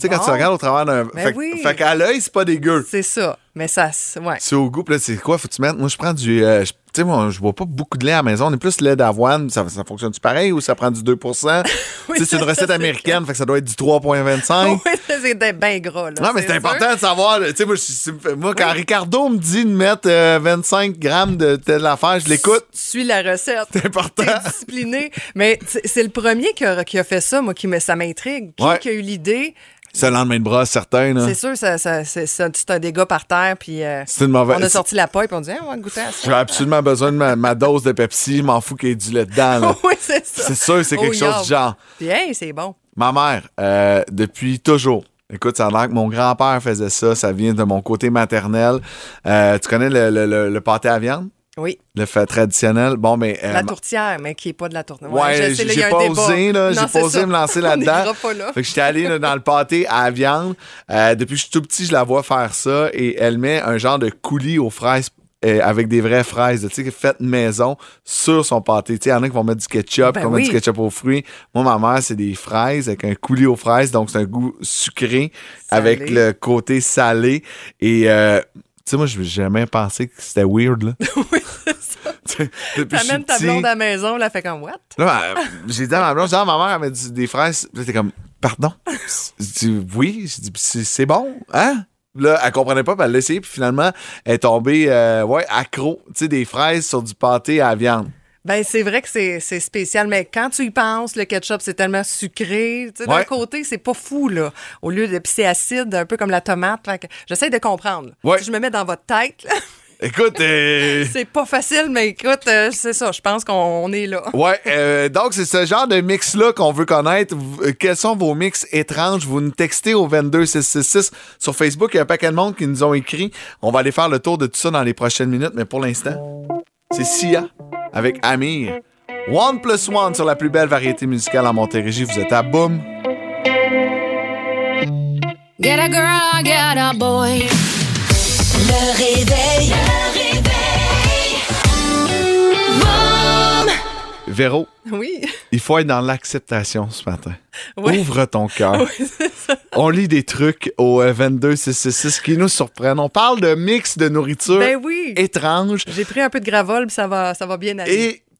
Speaker 3: Tu sais, quand
Speaker 4: Bon.
Speaker 3: tu regardes au travers d'un.
Speaker 4: Ben
Speaker 3: fait que-
Speaker 4: oui.
Speaker 3: fait qu'à l'œil, c'est pas dégueu.
Speaker 4: C'est ça. Mais ça, c'est- ouais.
Speaker 3: C'est au goût, puis là, c'est quoi, faut-tu mettre. Moi, je prends du. euh, je- tu sais, moi, je bois pas beaucoup de lait à la maison. On est plus lait d'avoine. Ça, ça fonctionne-tu pareil ou ça prend du 2 Tu sais, c'est une recette américaine, fait que ça doit être du 3,25
Speaker 4: Oui, c'est bien gras. Là,
Speaker 3: Non, mais c'est
Speaker 4: sûr.
Speaker 3: important de savoir. Tu sais, moi, je suis- moi, quand Ricardo me dit de mettre euh, 25 grammes de telle affaire, je l'écoute.
Speaker 4: Tu suis la recette.
Speaker 3: C'est important.
Speaker 4: T'es discipliné. Mais c'est- c'est le premier qui a, qui a fait ça, moi, qui me, ça m'intrigue. Qui,
Speaker 3: Ouais. Hein.
Speaker 4: qui a eu l'idée?
Speaker 3: C'est le lendemain de bras, certain. là.
Speaker 4: C'est sûr, ça, ça, c'est c'est un- c'est un dégât par terre. Puis euh,
Speaker 3: C'est une mauvaise.
Speaker 4: on a sorti la paille, puis on dit, ah, on va goûter à ça.
Speaker 3: J'ai absolument besoin de ma, ma dose de Pepsi, je m'en fous qu'il y ait du lait dedans. là.
Speaker 4: oui, c'est ça.
Speaker 3: C'est sûr, c'est quelque
Speaker 4: Oh,
Speaker 3: chose
Speaker 4: yum.
Speaker 3: du genre.
Speaker 4: Puis, hey, c'est bon.
Speaker 3: Ma mère, euh, depuis toujours, écoute, ça a l'air que mon grand-père faisait ça, ça vient de mon côté maternel. Euh, tu connais le, le- le- le pâté à viande?
Speaker 4: Oui,
Speaker 3: Le fait traditionnel. Bon, mais. euh,
Speaker 4: la tourtière, mais qui n'est pas de la tourtière.
Speaker 3: Ouais, j'ai j'ai pas osé, là. J'ai pas osé me lancer là-dedans. Fait que j'étais allé là, dans le pâté à la viande. Euh, depuis que je suis tout petit, je la vois faire ça. Et elle met un genre de coulis aux fraises euh, avec des vraies fraises, tu sais, faites maison sur son pâté. Tu sais, il y en a qui vont mettre du ketchup,
Speaker 4: Ben
Speaker 3: qui vont mettre
Speaker 4: oui.
Speaker 3: du ketchup aux fruits. Moi, ma mère, c'est des fraises avec un coulis aux fraises. Donc, c'est un goût sucré
Speaker 4: Salé.
Speaker 3: avec le côté salé. Et. euh, tu sais, moi, je jamais pensé que c'était weird, là. Tu sais, depuis que je suis
Speaker 4: T'amènes ta
Speaker 3: petit-
Speaker 4: blonde à la maison, là, fait comme what?
Speaker 3: Là, ben, j'ai dit à ma blonde, j'ai dit, Ah, ma mère, elle m'a dit des fraises. Puis là, t'es comme, pardon? Je dis, oui. Je dis, Puis c'est c'est bon, hein? Là, elle comprenait pas, puis elle l'a essayé, puis finalement, elle est tombée, euh, ouais, accro, tu sais, des fraises sur du pâté à la viande.
Speaker 4: Ben, c'est vrai que c'est c'est spécial, mais quand tu y penses, le ketchup, c'est tellement sucré. Tu sais, D'un
Speaker 3: Ouais.
Speaker 4: côté, c'est pas fou, là. Au lieu de. Puis c'est acide, un peu comme la tomate. Fait que J'essaie de comprendre.
Speaker 3: Ouais.
Speaker 4: Si je me mets dans votre tête, là,
Speaker 3: Écoute, euh,
Speaker 4: c'est pas facile, mais écoute, euh, c'est ça. Je pense qu'on on est là.
Speaker 3: Ouais, euh, donc c'est ce genre de mix-là qu'on veut connaître. V- euh, Quels sont vos mix étranges? Vous nous textez au 22666 sur Facebook. Il y a un paquet de monde qui nous ont écrit. On va aller faire le tour de tout ça dans les prochaines minutes, mais pour l'instant, c'est Sia avec Amir. One plus one sur la plus belle variété musicale en Montérégie. Vous êtes à Boom.
Speaker 7: Get a girl, get a boy.
Speaker 1: Le réveil. Le réveil.
Speaker 3: Véro,
Speaker 4: Oui.
Speaker 3: il faut être dans l'acceptation ce matin.
Speaker 4: Ouais.
Speaker 3: Ouvre ton cœur. On lit des trucs au euh, 22666 qui nous surprennent. On parle de mix de nourriture
Speaker 4: Ben oui.
Speaker 3: étrange.
Speaker 4: J'ai pris un peu de gravol, puis ça va, ça va bien aller.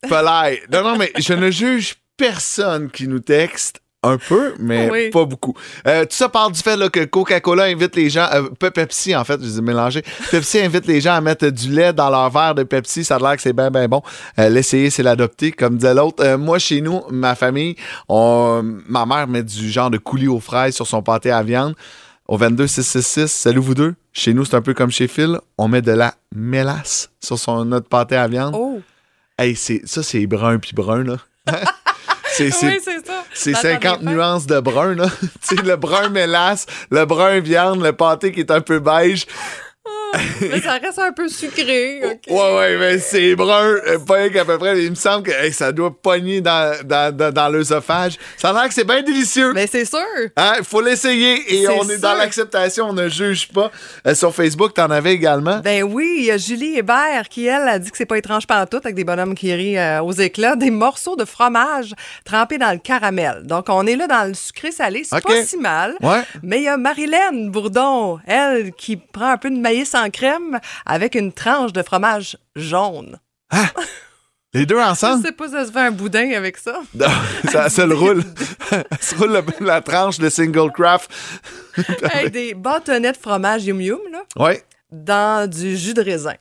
Speaker 3: et polaire. Non, non, mais je ne juge personne qui nous texte. Un peu, mais
Speaker 4: Oui.
Speaker 3: pas beaucoup. Euh, tout ça part du fait là, que Coca-Cola invite les gens, euh, Pe- Pepsi en fait, je les ai mélangés. Pepsi invite les gens à mettre du lait dans leur verre de Pepsi. Ça a l'air que c'est bien, bien bon. Euh, L'essayer, c'est l'adopter, comme disait l'autre. Euh, moi, chez nous, ma famille, on- ma mère met du genre de coulis aux fraises sur son pâté à viande. Au 22666, salut vous deux. Chez nous, c'est un peu comme chez Phil. On met de la mélasse sur son, notre pâté à viande.
Speaker 4: Oh.
Speaker 3: Hey, c'est, ça, c'est brun puis brun, là. c'est, c'est,
Speaker 4: Ah Oui, c'est ça.
Speaker 3: c'est
Speaker 4: J'attendais
Speaker 3: 50
Speaker 4: pas.
Speaker 3: nuances de brun, là. tu sais, le brun mélasse, le brun viande, le pâté qui est un peu beige.
Speaker 4: Mais ça reste un peu sucré. OK.
Speaker 3: Ouais, ouais, mais c'est brun, euh, pas qu'à peu près. mais Il me semble que hey, ça doit pogner dans, dans, dans, dans l'œsophage. Ça a l'air que c'est bien délicieux.
Speaker 4: Mais c'est sûr.
Speaker 3: Hein, faut l'essayer et
Speaker 4: C'est
Speaker 3: on est dans
Speaker 4: sûr.
Speaker 3: l'acceptation, on ne juge pas. Euh, sur Facebook, t'en avais également.
Speaker 4: Ben oui, il y a Julie Hébert qui, elle, a dit que c'est pas étrange pantoute avec des bonhommes qui rient euh, aux éclats, des morceaux de fromage trempés dans le caramel. Donc, on est là dans le sucré salé, c'est
Speaker 3: Ok.
Speaker 4: pas si mal.
Speaker 3: Ouais.
Speaker 4: Mais il y a Marilène Bourdon, elle, qui prend un peu de maïs en crème avec une tranche de fromage jaune.
Speaker 3: Les deux
Speaker 4: Je
Speaker 3: ensemble.
Speaker 4: sais pas si ça se fait un boudin avec ça.
Speaker 3: Non, ça, ça le roule. se roule le- la tranche de single craft.
Speaker 4: Hey, des bâtonnets de fromage yum-yum, là,
Speaker 3: Ouais.
Speaker 4: dans du jus de raisin.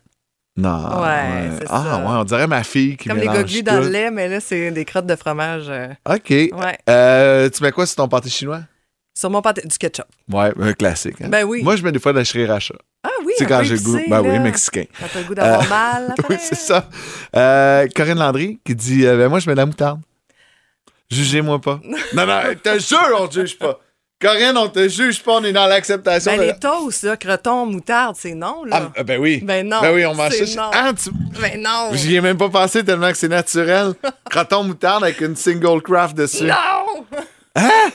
Speaker 3: Non.
Speaker 4: Ouais, c'est
Speaker 3: Ah,
Speaker 4: ça.
Speaker 3: ouais, on dirait ma fille qui
Speaker 4: Comme les
Speaker 3: mélange
Speaker 4: gogues dans
Speaker 3: tout.
Speaker 4: le lait, mais là, c'est des crottes de fromage euh,
Speaker 3: OK.
Speaker 4: Ouais.
Speaker 3: Euh, tu mets quoi sur ton pâté chinois?
Speaker 4: sur mon pâté, du ketchup.
Speaker 3: Ouais, un classique. hein.
Speaker 4: Ben oui.
Speaker 3: Moi, je mets des fois de la sriracha.
Speaker 4: Ah oui,
Speaker 3: C'est
Speaker 4: un
Speaker 3: quand
Speaker 4: peu
Speaker 3: j'ai le goût.
Speaker 4: épicé,
Speaker 3: Ben
Speaker 4: là.
Speaker 3: oui, mexicain.
Speaker 4: Quand t'as le goût d'avoir
Speaker 3: Euh,
Speaker 4: mal.
Speaker 3: oui, c'est ça. Euh, Corinne Landry qui dit euh, ben Moi, je mets de la moutarde. Jugez-moi pas. non, non, je te jure, on te juge pas. Corinne, on te juge pas, on est dans l'acceptation.
Speaker 4: Ben,
Speaker 3: de la-
Speaker 4: les toasts, là, croton, moutarde, c'est non, là.
Speaker 3: Ah, ben oui.
Speaker 4: Ben non,
Speaker 3: Ben oui, on mange
Speaker 4: c'est
Speaker 3: ça.
Speaker 4: non.
Speaker 3: Ah, tu-
Speaker 4: ben non.
Speaker 3: J'y ai même pas pensé tellement que c'est naturel. Croton moutarde avec une single craft dessus.
Speaker 4: Non! Hein?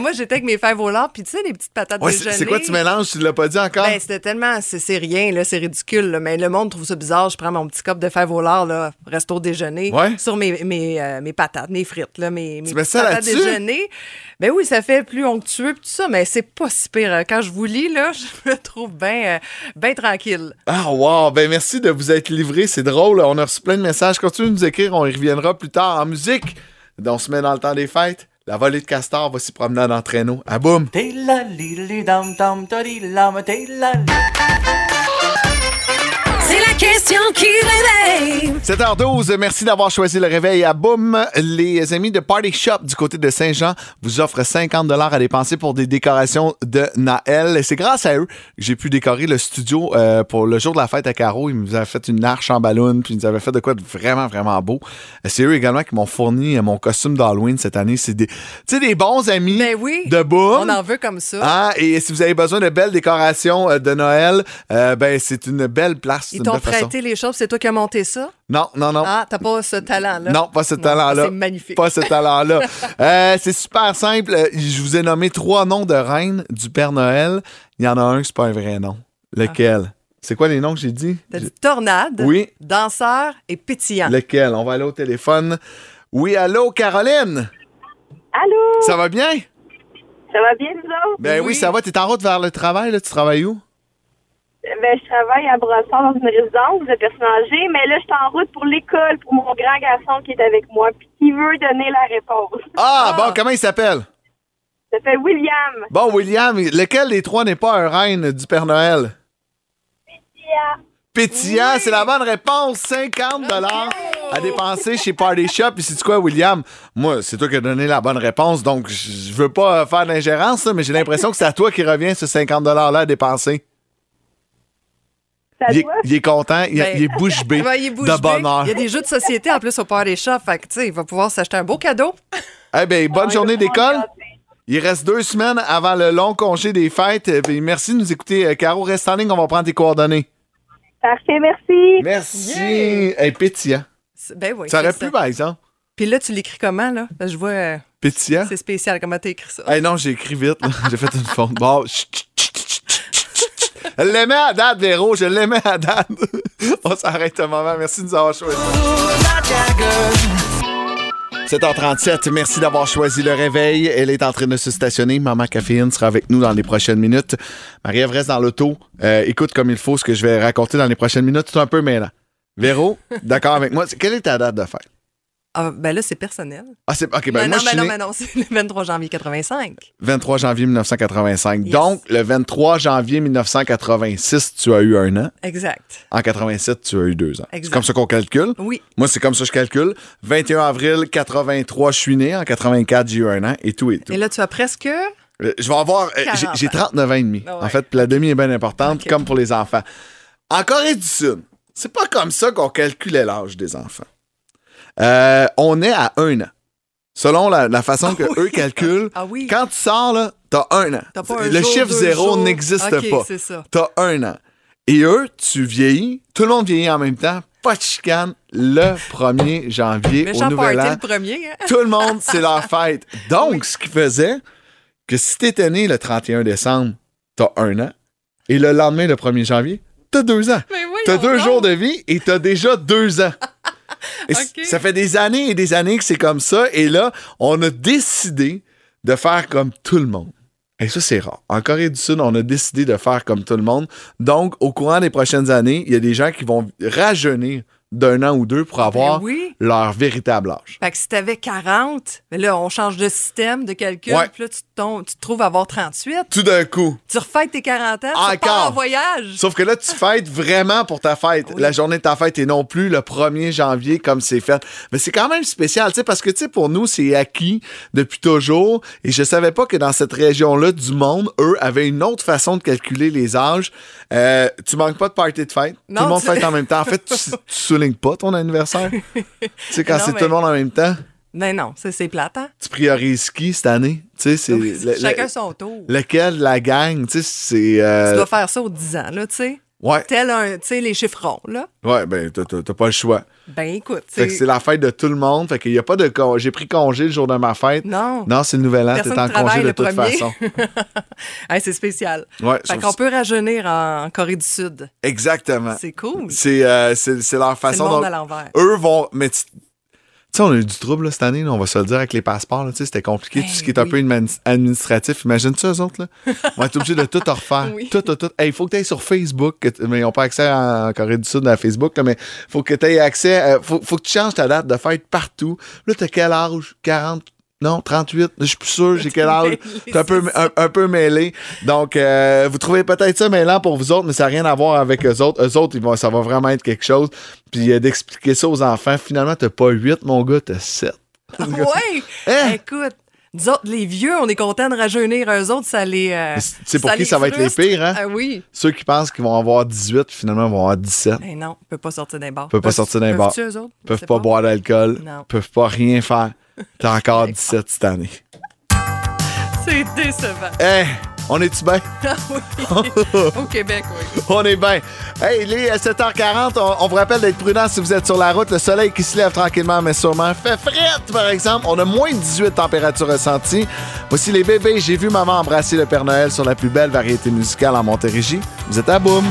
Speaker 4: moi, j'étais avec mes fèves au lard, puis tu sais, les petites patates
Speaker 3: Ouais, c'est
Speaker 4: déjeuner.
Speaker 3: c'est quoi tu mélanges? Tu l'as pas dit encore?
Speaker 4: Ben, c'était tellement... C'est c'est rien, là, c'est ridicule, là, mais le monde trouve ça bizarre. Je prends mon petit cop de fèves au lard, là, resto déjeuner,
Speaker 3: Ouais.
Speaker 4: sur mes, mes, euh, mes patates, mes frites, là, mes,
Speaker 3: mets
Speaker 4: mes petites
Speaker 3: ça
Speaker 4: patates
Speaker 3: là-dessus?
Speaker 4: déjeuner. Ben oui, ça fait plus onctueux, puis tout ça, mais c'est pas si pire. Hein. Quand je vous lis, là, je me trouve bien ben tranquille.
Speaker 3: Ah, wow! Ben, merci de vous être livré. C'est drôle. On a reçu plein de messages. Continuez de nous écrire. On y reviendra plus tard en musique. On se met dans le temps des fêtes. La volée de castor va s'y promener dans le traîneau. Ah, boum!
Speaker 1: C'est la question qui réveille.
Speaker 3: 7h12, merci d'avoir choisi le réveil à Boum. Les amis de Party Shop du côté de Saint-Jean vous offrent 50 à dépenser pour des décorations de Naël. Et c'est grâce à eux que j'ai pu décorer le studio euh, pour le jour de la fête à Caro. Ils nous avaient fait une arche en ballon, puis ils nous avaient fait de quoi de vraiment, vraiment beau. C'est eux également qui m'ont fourni euh, mon costume d'Halloween cette année. C'est des, tu sais, des bons amis
Speaker 4: Ben oui.
Speaker 3: de Boum.
Speaker 4: On en veut comme ça.
Speaker 3: Hein, et si vous avez besoin de belles décorations euh, de Noël, euh, ben c'est une belle place. c'est
Speaker 4: Ils
Speaker 3: une
Speaker 4: t'ont
Speaker 3: belle façon.
Speaker 4: prêté monter les choses, c'est toi qui as monté ça?
Speaker 3: Non, non, non.
Speaker 4: Ah, t'as pas ce talent-là?
Speaker 3: Non, pas ce
Speaker 4: Non,
Speaker 3: talent-là.
Speaker 4: C'est magnifique.
Speaker 3: Pas ce talent-là. Euh, c'est super simple. Euh, Je vous ai nommé trois noms de reines du Père Noël. Il y en a un, c'est pas un vrai nom. Lequel?
Speaker 4: Ah.
Speaker 3: C'est quoi les noms que j'ai dit?
Speaker 4: T'as dit tornade,
Speaker 3: Oui.
Speaker 4: danseur et pétillant.
Speaker 3: Lequel? On va aller au téléphone. Oui, allô, Caroline?
Speaker 8: Allô?
Speaker 3: Ça va bien?
Speaker 8: Ça va bien, nous autres?
Speaker 3: Ben oui,
Speaker 4: Oui.
Speaker 3: ça va. T'es en route vers le travail, là. Tu travailles où?
Speaker 8: Ben, je travaille à Brossard dans une résidence de personnes âgées, mais là, je suis en route pour l'école pour mon grand garçon qui est avec moi, puis qui veut donner la réponse.
Speaker 3: Ah, bon, comment il s'appelle?
Speaker 8: Ça fait William.
Speaker 3: Bon, William, lequel des trois n'est pas un reine du Père Noël? Pétillant, c'est la bonne réponse. 50 dollars à dépenser chez Party Shop. Et c'est quoi, William? Moi, c'est toi qui as donné la bonne réponse, donc je je veux pas euh, faire d'ingérence, là, mais j'ai l'impression que c'est à toi qui revient ce 50 dollars-là à dépenser.
Speaker 8: Ça
Speaker 3: Il est,
Speaker 8: doit?
Speaker 3: il est content, il,
Speaker 4: Ben-
Speaker 3: il est bouche bée
Speaker 4: Ouais, il est bouche
Speaker 3: de
Speaker 4: bée.
Speaker 3: bonheur.
Speaker 4: Il y a des jeux de société en plus au Party Shop. Fait que, tu sais, il va pouvoir s'acheter un beau cadeau.
Speaker 3: Eh bien, bonne journée
Speaker 8: tout le monde
Speaker 3: d'école.
Speaker 8: gâté.
Speaker 3: Il reste deux semaines avant le long congé des fêtes. Eh bien, merci de nous écouter. Euh, Caro, reste en ligne, on va prendre tes coordonnées.
Speaker 8: Parfait, merci.
Speaker 3: Merci. Hey, pétillant.
Speaker 4: C'est- Ben oui.
Speaker 3: Ça aurait
Speaker 4: c'est
Speaker 3: pu, par exemple.
Speaker 4: Puis là, tu l'écris comment, là? Parce que Je vois, euh,
Speaker 3: Pétillant.
Speaker 4: c'est spécial comment t'as écrit ça.
Speaker 3: Hey, non, j'ai écrit vite. là. J'ai fait une fonte. Bon. chut, chut, chut, chut, chut, chut, chut. Je l'aimais à date, Véro. Je l'aimais à date. On s'arrête un moment. Merci de nous avoir choisis. 7h37, merci d'avoir choisi le réveil. Elle est en train de se stationner. Maman Caféine sera avec nous dans les prochaines minutes. Marie-Ève reste dans l'auto. Euh, écoute comme il faut ce que je vais raconter dans les prochaines minutes. C'est un peu mêlant. Véro, d'accord avec moi. Quelle est ta date de fête?
Speaker 4: Ah, ben là, c'est personnel.
Speaker 3: Ah, c'est. OK, ben, moi,
Speaker 4: Mais non,
Speaker 3: je
Speaker 4: mais
Speaker 3: suis
Speaker 4: non,
Speaker 3: né-
Speaker 4: mais non, c'est le 23 janvier 85.
Speaker 3: 23 janvier 1985.
Speaker 4: Yes.
Speaker 3: Donc, le 23 janvier 1986, tu as eu un an.
Speaker 4: Exact.
Speaker 3: En 87, tu as eu deux ans. C'est
Speaker 4: Exact.
Speaker 3: comme ça qu'on calcule.
Speaker 4: Oui.
Speaker 3: Moi, c'est comme ça que je calcule. 21 avril 83, je suis né. En 84, j'ai eu un an et tout et tout.
Speaker 4: Et là, tu as presque.
Speaker 3: Euh, Je vais avoir. euh, j'ai-
Speaker 4: 40
Speaker 3: J'ai
Speaker 4: ans.
Speaker 3: 39 ans et demi.
Speaker 4: Ah ouais.
Speaker 3: En fait, puis la demi est bien importante,
Speaker 4: Ok.
Speaker 3: comme pour les enfants. En Corée du Sud, c'est pas comme ça qu'on calculait l'âge des enfants. Euh, on est à un an. Selon la, la façon que eux calculent,
Speaker 4: Ah oui.
Speaker 3: quand tu sors, là, t'as un an.
Speaker 4: T'as pas un
Speaker 3: Le
Speaker 4: jour,
Speaker 3: chiffre
Speaker 4: deux
Speaker 3: zéro
Speaker 4: jours.
Speaker 3: n'existe
Speaker 4: Ok,
Speaker 3: pas.
Speaker 4: c'est ça.
Speaker 3: T'as un an. Et eux, tu vieillis, tout le monde vieillit en même temps, pas de chicane, le 1er janvier
Speaker 4: Mais
Speaker 3: au
Speaker 4: Jean
Speaker 3: Nouvel
Speaker 4: Party,
Speaker 3: An.
Speaker 4: le premier. hein?
Speaker 3: Tout le monde, c'est leur fête. Donc, ce qui faisait que si t'étais né le 31 décembre, t'as un an. Et le lendemain, le 1er janvier, t'as deux ans.
Speaker 4: Mais oui.
Speaker 3: T'as deux jours de vie et t'as déjà deux ans. Et c-
Speaker 4: Ok.
Speaker 3: Ça fait des années et des années que c'est comme ça. Et là, on a décidé de faire comme tout le monde. Et ça, c'est rare. En Corée du Sud, on a décidé de faire comme tout le monde. Donc, au courant des prochaines années, il y a des gens qui vont rajeunir d'un an ou deux pour avoir
Speaker 4: Ben oui.
Speaker 3: leur véritable âge.
Speaker 4: Fait que si t'avais 40, mais là, on change de système de calcul.
Speaker 3: Ouais.
Speaker 4: Puis là, tu, te tombes- tu te trouves à avoir 38.
Speaker 3: Tout d'un coup.
Speaker 4: Tu refaites tes 40 ans. Tu
Speaker 3: Encore.
Speaker 4: pars en voyage.
Speaker 3: Sauf que là, tu fêtes vraiment pour ta fête. La journée de ta fête et non plus le 1er janvier comme c'est fait. Mais c'est quand même spécial, tu sais, parce que, tu sais, pour nous, c'est acquis depuis toujours. Et je savais pas que dans cette région-là du monde, eux avaient une autre façon de calculer les âges. Euh, tu manques pas de party de fête.
Speaker 4: Non,
Speaker 3: tout le monde
Speaker 4: tu-
Speaker 3: fête en même temps. En fait, tu, tu soulignes pas ton anniversaire. tu sais, quand
Speaker 4: Non,
Speaker 3: c'est
Speaker 4: mais-
Speaker 3: tout le monde en même temps,
Speaker 4: Mais Ben non, ça, c'est plate, hein?
Speaker 3: tu priorises qui cette année? Tu sais, c'est...
Speaker 4: Oui,
Speaker 3: le- le-
Speaker 4: Chacun son tour.
Speaker 3: Lequel, de la gang, tu sais, c'est...
Speaker 4: Tu
Speaker 3: euh,
Speaker 4: dois faire ça aux 10 ans, là, tu sais.
Speaker 3: Ouais,
Speaker 4: Tel un, tu sais, les chiffrons, là.
Speaker 3: ouais, ben, t'as- t'as t'as pas le choix.
Speaker 4: Ben écoute,
Speaker 3: Fait que c'est
Speaker 4: c'est
Speaker 3: la fête de tout le monde. Fait qu'il n'y a pas de. con- J'ai pris congé le jour de ma fête.
Speaker 4: Non.
Speaker 3: Non, c'est le nouvel an. T'es
Speaker 4: Personne
Speaker 3: en
Speaker 4: ne
Speaker 3: congé
Speaker 4: travaille
Speaker 3: de
Speaker 4: le
Speaker 3: toute
Speaker 4: premier.
Speaker 3: façon.
Speaker 4: Hey, c'est spécial.
Speaker 3: Ouais, je
Speaker 4: fait
Speaker 3: trouve
Speaker 4: qu'on
Speaker 3: ça-
Speaker 4: peut rajeunir en Corée du Sud.
Speaker 3: Exactement.
Speaker 4: C'est cool.
Speaker 3: C'est euh, c'est- c'est leur façon.
Speaker 4: monde
Speaker 3: donc,
Speaker 4: à l'envers.
Speaker 3: Eux vont. Mais tu tu sais, on a eu du trouble là, cette année, là, on va se le dire avec les passeports. là, tu sais, C'était compliqué.
Speaker 4: Ben
Speaker 3: tout ce qui est un
Speaker 4: oui.
Speaker 3: peu admin- administratif. imagine ça eux autres? Là? On va être obligé de tout refaire.
Speaker 4: Oui.
Speaker 3: Tout, tout, tout. Il faut que tu ailles sur Facebook. que t- mais ils n'ont pas accès en, en Corée du Sud à Facebook. là, mais faut que tu aies accès. euh, faut, faut que tu changes ta date de fête partout. Là, tu quel âge? 40? Non, 38, je suis plus sûr, j'ai quel âge. T'es un peu, un, un peu mêlé. Donc, euh, vous trouvez peut-être ça mêlant pour vous autres, mais ça n'a rien à voir avec eux autres. Eux autres, ils vont, ça va vraiment être quelque chose. Puis euh, d'expliquer ça aux enfants, finalement, t'as pas 8, mon gars, t'as 7.
Speaker 4: oui!
Speaker 3: Hein?
Speaker 4: Ah Écoute, nous autres, les vieux, on est contents de rajeunir eux autres, ça les. euh,
Speaker 3: Mais c'est pour qui
Speaker 4: les
Speaker 3: ça va être les
Speaker 4: frustre.
Speaker 3: pires, hein?
Speaker 4: Ah oui.
Speaker 3: Ceux qui pensent qu'ils vont avoir 18, finalement, vont avoir 17.
Speaker 4: Ben non, on peut pas sortir d'un bar.
Speaker 3: Peut pas sortir d'un bar.
Speaker 4: Peuvent-tu, eux autres? Je
Speaker 3: peuvent
Speaker 4: sais
Speaker 3: pas, boire d'alcool,
Speaker 4: Non.
Speaker 3: peuvent pas rien faire. T'as encore 17 cette année.
Speaker 4: C'est décevant.
Speaker 3: Eh, On est-tu bien?
Speaker 4: Au Québec, oui.
Speaker 3: On est bien. Hey, il est euh, à 7h40. On, on vous rappelle d'être prudent si vous êtes sur la route. Le soleil qui se lève tranquillement, mais sûrement fait frette, par exemple. On a moins de 18 températures ressenties. Voici les bébés. J'ai vu maman embrasser le Père Noël sur la plus belle variété musicale en Montérégie. Vous êtes à boum.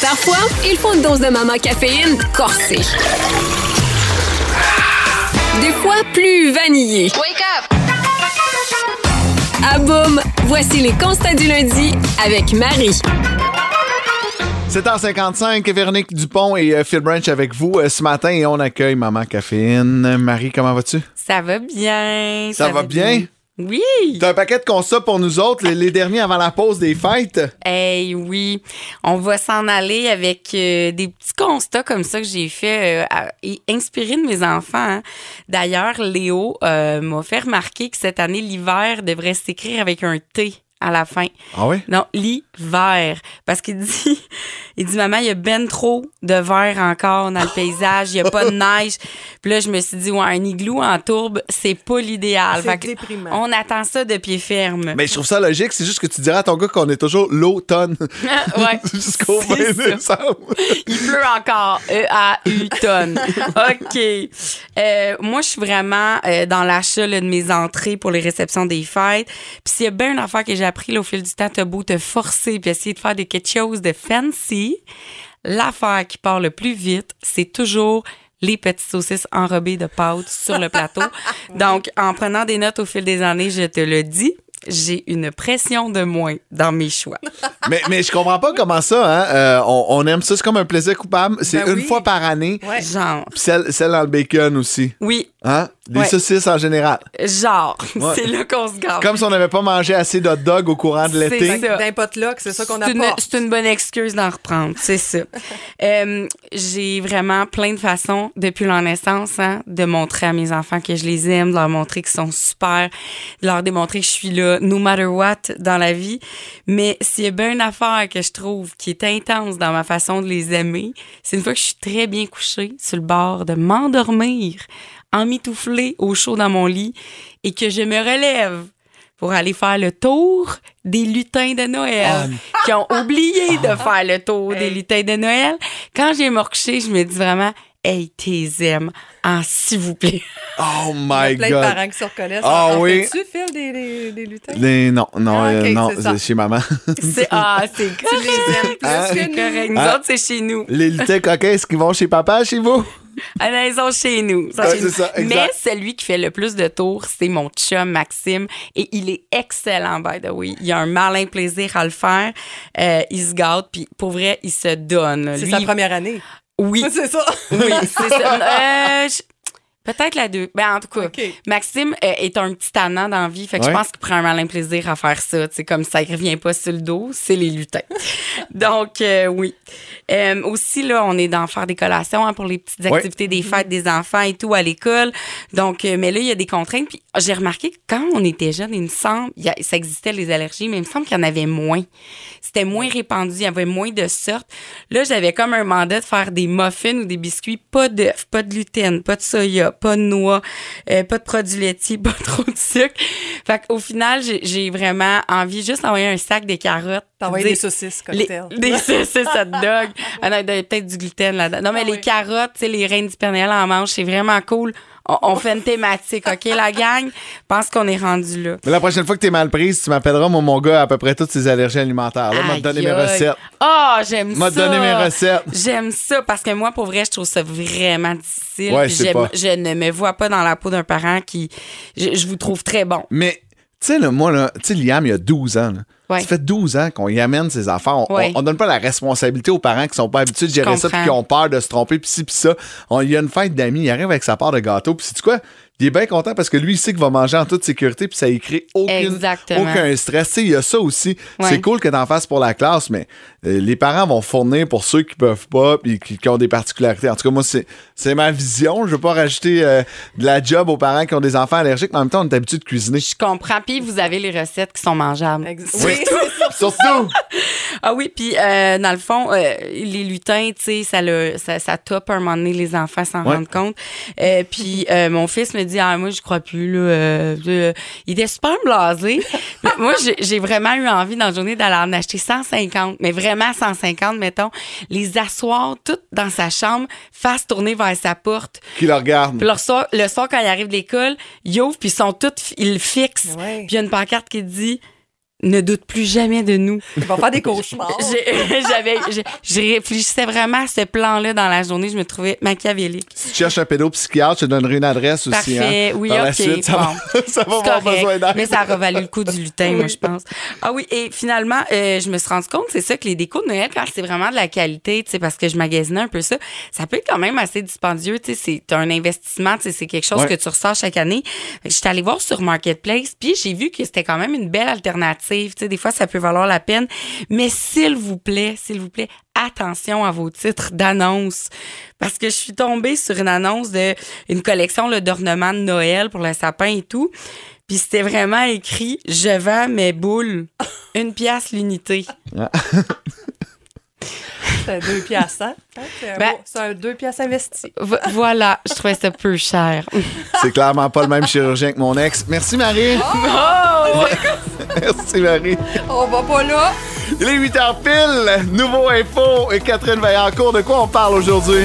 Speaker 9: Parfois, il faut une dose de maman caféine corsée. Des fois, plus vanillée.
Speaker 7: Wake up!
Speaker 9: À boum, voici les constats du lundi avec Marie.
Speaker 3: 7h55, Véronique Dupont et euh, Phil Branch avec vous euh, ce matin et on accueille Maman Caféine. Marie, comment vas-tu?
Speaker 10: Ça va bien.
Speaker 3: Ça va bien?
Speaker 10: Oui.
Speaker 3: T'as un paquet de constats pour nous autres, les, les derniers avant la pause des fêtes.
Speaker 10: Hey, oui. On va s'en aller avec euh, des petits constats comme ça que j'ai fait euh, à- et inspirés de mes enfants. hein. D'ailleurs, Léo euh, m'a fait remarquer que cette année, l'hiver devrait s'écrire avec un T à la fin.
Speaker 3: Ah oui?
Speaker 10: Non, l'hiver. Parce qu'il dit, il dit, maman, il y a ben trop de verre encore dans le paysage, il n'y a pas de neige. Puis là, je me suis dit, ouais, un igloo en tourbe, c'est pas l'idéal.
Speaker 4: C'est
Speaker 10: Fait que
Speaker 4: déprimant.
Speaker 10: On attend ça de pied ferme.
Speaker 3: Mais je trouve ça logique, c'est juste que tu diras à ton gars qu'on est toujours l'automne
Speaker 10: ouais.
Speaker 3: jusqu'au
Speaker 10: C'est
Speaker 3: 20
Speaker 10: ça.
Speaker 3: décembre.
Speaker 10: Il pleut encore. E-A-U tonne. OK. Euh, moi, je suis vraiment euh, dans l'achat là, de mes entrées pour les réceptions des fêtes. Puis s'il y a bien une affaire que j'ai appris là, au fil du temps, t'as beau te forcer puis essayer de faire des quelque chose de fancy, l'affaire qui part le plus vite, c'est toujours les petites saucisses enrobées de pâte sur le plateau. Donc, en prenant des notes au fil des années, je te le dis, j'ai une pression de moins dans mes choix.
Speaker 3: mais, mais je comprends pas comment ça, hein? euh, on, on aime ça, c'est comme un plaisir coupable. C'est
Speaker 4: Ben
Speaker 3: une
Speaker 4: oui.
Speaker 3: fois par année.
Speaker 4: Ouais.
Speaker 10: Genre,
Speaker 3: Puis Celle, celle dans le bacon aussi.
Speaker 10: oui,
Speaker 3: Hein? Les
Speaker 10: Ouais.
Speaker 3: saucisses en général.
Speaker 10: genre,
Speaker 3: Ouais.
Speaker 10: c'est là qu'on se gâte.
Speaker 3: Comme si on n'avait pas mangé assez de hot dog au courant de
Speaker 10: C'est
Speaker 3: l'été.
Speaker 10: ça.
Speaker 4: D'un potluck, c'est ça qu'on
Speaker 10: C'est une-
Speaker 4: apporte.
Speaker 10: C'est une bonne excuse d'en reprendre, c'est ça. Euh, J'ai vraiment plein de façons, depuis leur naissance, hein, de montrer à mes enfants que je les aime, de leur montrer qu'ils sont super, de leur démontrer que je suis là, no matter what, dans la vie. Mais s'il y a bien une affaire que je trouve qui est intense dans ma façon de les aimer, c'est une fois que je suis très bien couchée, sur le bord de m'endormir, emmitouflée au chaud dans mon lit, et que je me relève pour aller faire le tour des lutins de Noël, qui ont oublié de faire le tour des lutins de Noël. Quand j'ai me recoucher, je me dis vraiment, hey, t'es aimes, en s'il vous plaît.
Speaker 3: Oh
Speaker 4: Il y
Speaker 3: my
Speaker 4: a plein
Speaker 3: God.
Speaker 4: de parents qui se reconnaissent.
Speaker 3: Ah
Speaker 4: En
Speaker 3: oui.
Speaker 4: fais-tu, Phil, des, des, des lutins?
Speaker 3: Les- non, non,
Speaker 4: Ah, ok,
Speaker 3: euh, non,
Speaker 4: c'est ça.
Speaker 3: c'est chez maman.
Speaker 10: C'est, ah, c'est
Speaker 4: Tu les aimes plus
Speaker 3: Ah.
Speaker 4: que
Speaker 10: C'est correct.
Speaker 4: nous.
Speaker 10: Nous
Speaker 3: Ah.
Speaker 10: autres, c'est chez nous.
Speaker 3: les lutins coquins, est-ce qu'ils vont chez papa, chez vous?
Speaker 10: Ah non, ils sont chez nous. Ils sont
Speaker 3: Ouais,
Speaker 10: chez
Speaker 3: c'est
Speaker 10: nous.
Speaker 3: ça, exact.
Speaker 10: Mais celui qui fait le plus de tours, c'est mon chum Maxime. Et il est excellent, by the way. Il a un malin plaisir à le faire. Euh, il se gâte, puis pour vrai, il se donne.
Speaker 4: C'est
Speaker 10: Lui,
Speaker 4: sa
Speaker 10: il-
Speaker 4: première année.
Speaker 10: Oui.
Speaker 4: C'est ça.
Speaker 10: Oui, c'est ça. Euh, je- Peut-être la deux. Ben, en tout cas,
Speaker 4: OK.
Speaker 10: Maxime euh, est un petit tannant dans la vie. Fait que
Speaker 3: Ouais.
Speaker 10: je pense qu'il prend un malin plaisir à faire ça. C'est comme ça, il revient pas sur le dos, c'est les lutins. Donc, euh, oui. Euh, aussi, là, on est dans faire des collations hein, pour les petites
Speaker 3: Ouais.
Speaker 10: activités des fêtes des enfants et tout à l'école. Donc, euh, mais là, il y a des contraintes. Puis j'ai remarqué que quand on était jeune, il me semble, il y a- ça existait les allergies, mais il me semble qu'il y en avait moins. C'était moins répandu, il y avait moins de sortes. Là, j'avais comme un mandat de faire des muffins ou des biscuits, pas d'œufs, pas de gluten, pas de soya, pas de noix, euh, pas de produits laitiers, pas trop de sucre. Fait qu'au final, j'ai- j'ai vraiment envie juste d'envoyer un sac de carottes.
Speaker 4: T'envoies
Speaker 10: Dire-
Speaker 4: des saucisses cocktail.
Speaker 10: les- Des saucisses hot dog. Ah non, il y a peut-être du gluten là-dedans. Non, mais les carottes, tu sais, les reines du Père Noël en manche, c'est vraiment cool. On, on fait une thématique, OK, la gang? Je pense qu'on est rendu là.
Speaker 3: Mais la prochaine fois que t'es mal prise, tu m'appelleras, moi, mon gars, à peu près toutes ces allergies alimentaires. Là, m'a
Speaker 10: Aïe,
Speaker 3: donné mes
Speaker 10: aïe.
Speaker 3: recettes.
Speaker 10: Ah, j'aime ça.
Speaker 3: M'a donné mes recettes.
Speaker 10: J'aime ça parce que moi, pour vrai, je trouve ça vraiment difficile.
Speaker 3: Ouais,
Speaker 10: Puis
Speaker 3: c'est
Speaker 10: j'aime-
Speaker 3: pas-
Speaker 10: Je ne me vois pas dans la peau d'un parent qui. Je, je vous trouve très bon.
Speaker 3: Mais, tu sais, là, moi, là, tu sais, Liam, il y a 12 ans. là.
Speaker 10: Ouais.
Speaker 3: Ça fait 12 ans qu'on y amène ses affaires. On,
Speaker 10: Ouais.
Speaker 3: on- on donne pas la responsabilité aux parents qui sont pas habitués de gérer ça puis
Speaker 10: comprends.
Speaker 3: qui ont peur de se tromper puis ci puis ça. On- Il y a une fête d'amis, il arrive avec sa part de gâteau puis c'est quoi? Il est bien content parce que lui, il sait qu'il va manger en toute sécurité puis ça y crée aucune-
Speaker 10: Exactement.
Speaker 3: aucun stress. Tu sais, il y a ça aussi.
Speaker 10: Ouais.
Speaker 3: C'est cool que t'en fasses pour la classe, mais euh, les parents vont fournir pour ceux qui peuvent pas puis qui, qui ont des particularités. En tout cas, moi, c'est c'est ma vision. Je veux pas rajouter euh, de la job aux parents qui ont des enfants allergiques, mais en même temps, on est habitué de cuisiner.
Speaker 10: Je comprends. Puis vous avez les recettes qui sont mangeables.
Speaker 4: Ex-
Speaker 3: Oui.
Speaker 4: Oui, c'est ça.
Speaker 3: Surtout!
Speaker 10: Ah oui, puis euh, dans le fond, euh, les lutins, tu sais, ça, le- ça, ça top un moment donné, les enfants s'en
Speaker 11: Ouais.
Speaker 10: rendent compte. Euh, puis euh, mon fils me dit, ah, moi, je crois plus, là. euh, euh, il était super blasé. Mais moi, j'ai- j'ai vraiment eu envie dans la journée d'aller en acheter 150, mais vraiment 150, mettons, les asseoir toutes dans sa chambre, face tournée vers sa porte.
Speaker 3: Qui le regarde.
Speaker 10: Puis le soir, le soir, quand ils arrivent de l'école, ils ouvrent, puis ils sont tous, fi- ils le fixent. Puis il y a une pancarte qui dit Ne doute plus jamais de nous. Ils
Speaker 4: vont faire des cauchemars.
Speaker 10: J'ai- J'avais, j'ai- je réfléchissais vraiment à ce plan-là dans la journée. Je me trouvais machiavélique.
Speaker 3: Si tu cherches un pédopsychiatre, je te donnerai une adresse aussi.
Speaker 10: Parfait,
Speaker 3: hein.
Speaker 10: oui,
Speaker 3: Par
Speaker 10: ok.
Speaker 3: la suite, ça va,
Speaker 10: bon.
Speaker 3: ça va
Speaker 10: C'est
Speaker 3: avoir
Speaker 10: correct,
Speaker 3: besoin d'aide.
Speaker 10: Mais ça a revalu le coup du lutin, moi, je pense. Ah oui, et finalement, euh, je me suis rendu compte, c'est ça, que les décos de Noël, quand c'est vraiment de la qualité, tu sais, parce que je magasinais un peu ça, ça peut être quand même assez dispendieux, tu sais, c'est t'as un investissement, tu sais, c'est quelque chose
Speaker 11: Ouais.
Speaker 10: que tu ressors chaque année. Je suis allée voir sur Marketplace, puis j'ai vu que c'était quand même une belle alternative, tu sais, des fois, ça peut valoir la peine. Mais s'il vous plaît, s'il vous plaît, attention à vos titres d'annonce. Parce que je suis tombée sur une annonce de une collection là, d'ornements de Noël pour le sapin et tout. Puis c'était vraiment écrit Je vends mes boules. Une pièce l'unité.
Speaker 3: Ah.
Speaker 4: C'est un 2 piastres, hein? Hein, C'est un,
Speaker 10: Ben-
Speaker 4: beau- c'est un 2 piastres investi.
Speaker 10: Vo- voilà, je trouvais ça peu cher.
Speaker 3: C'est clairement pas le même chirurgien que mon ex. Merci, Marie.
Speaker 4: Oh!
Speaker 3: Merci, Marie.
Speaker 4: On va pas là.
Speaker 3: Il est 8 h pile. Nouveau info et Catherine Vaillancourt. De quoi on parle aujourd'hui?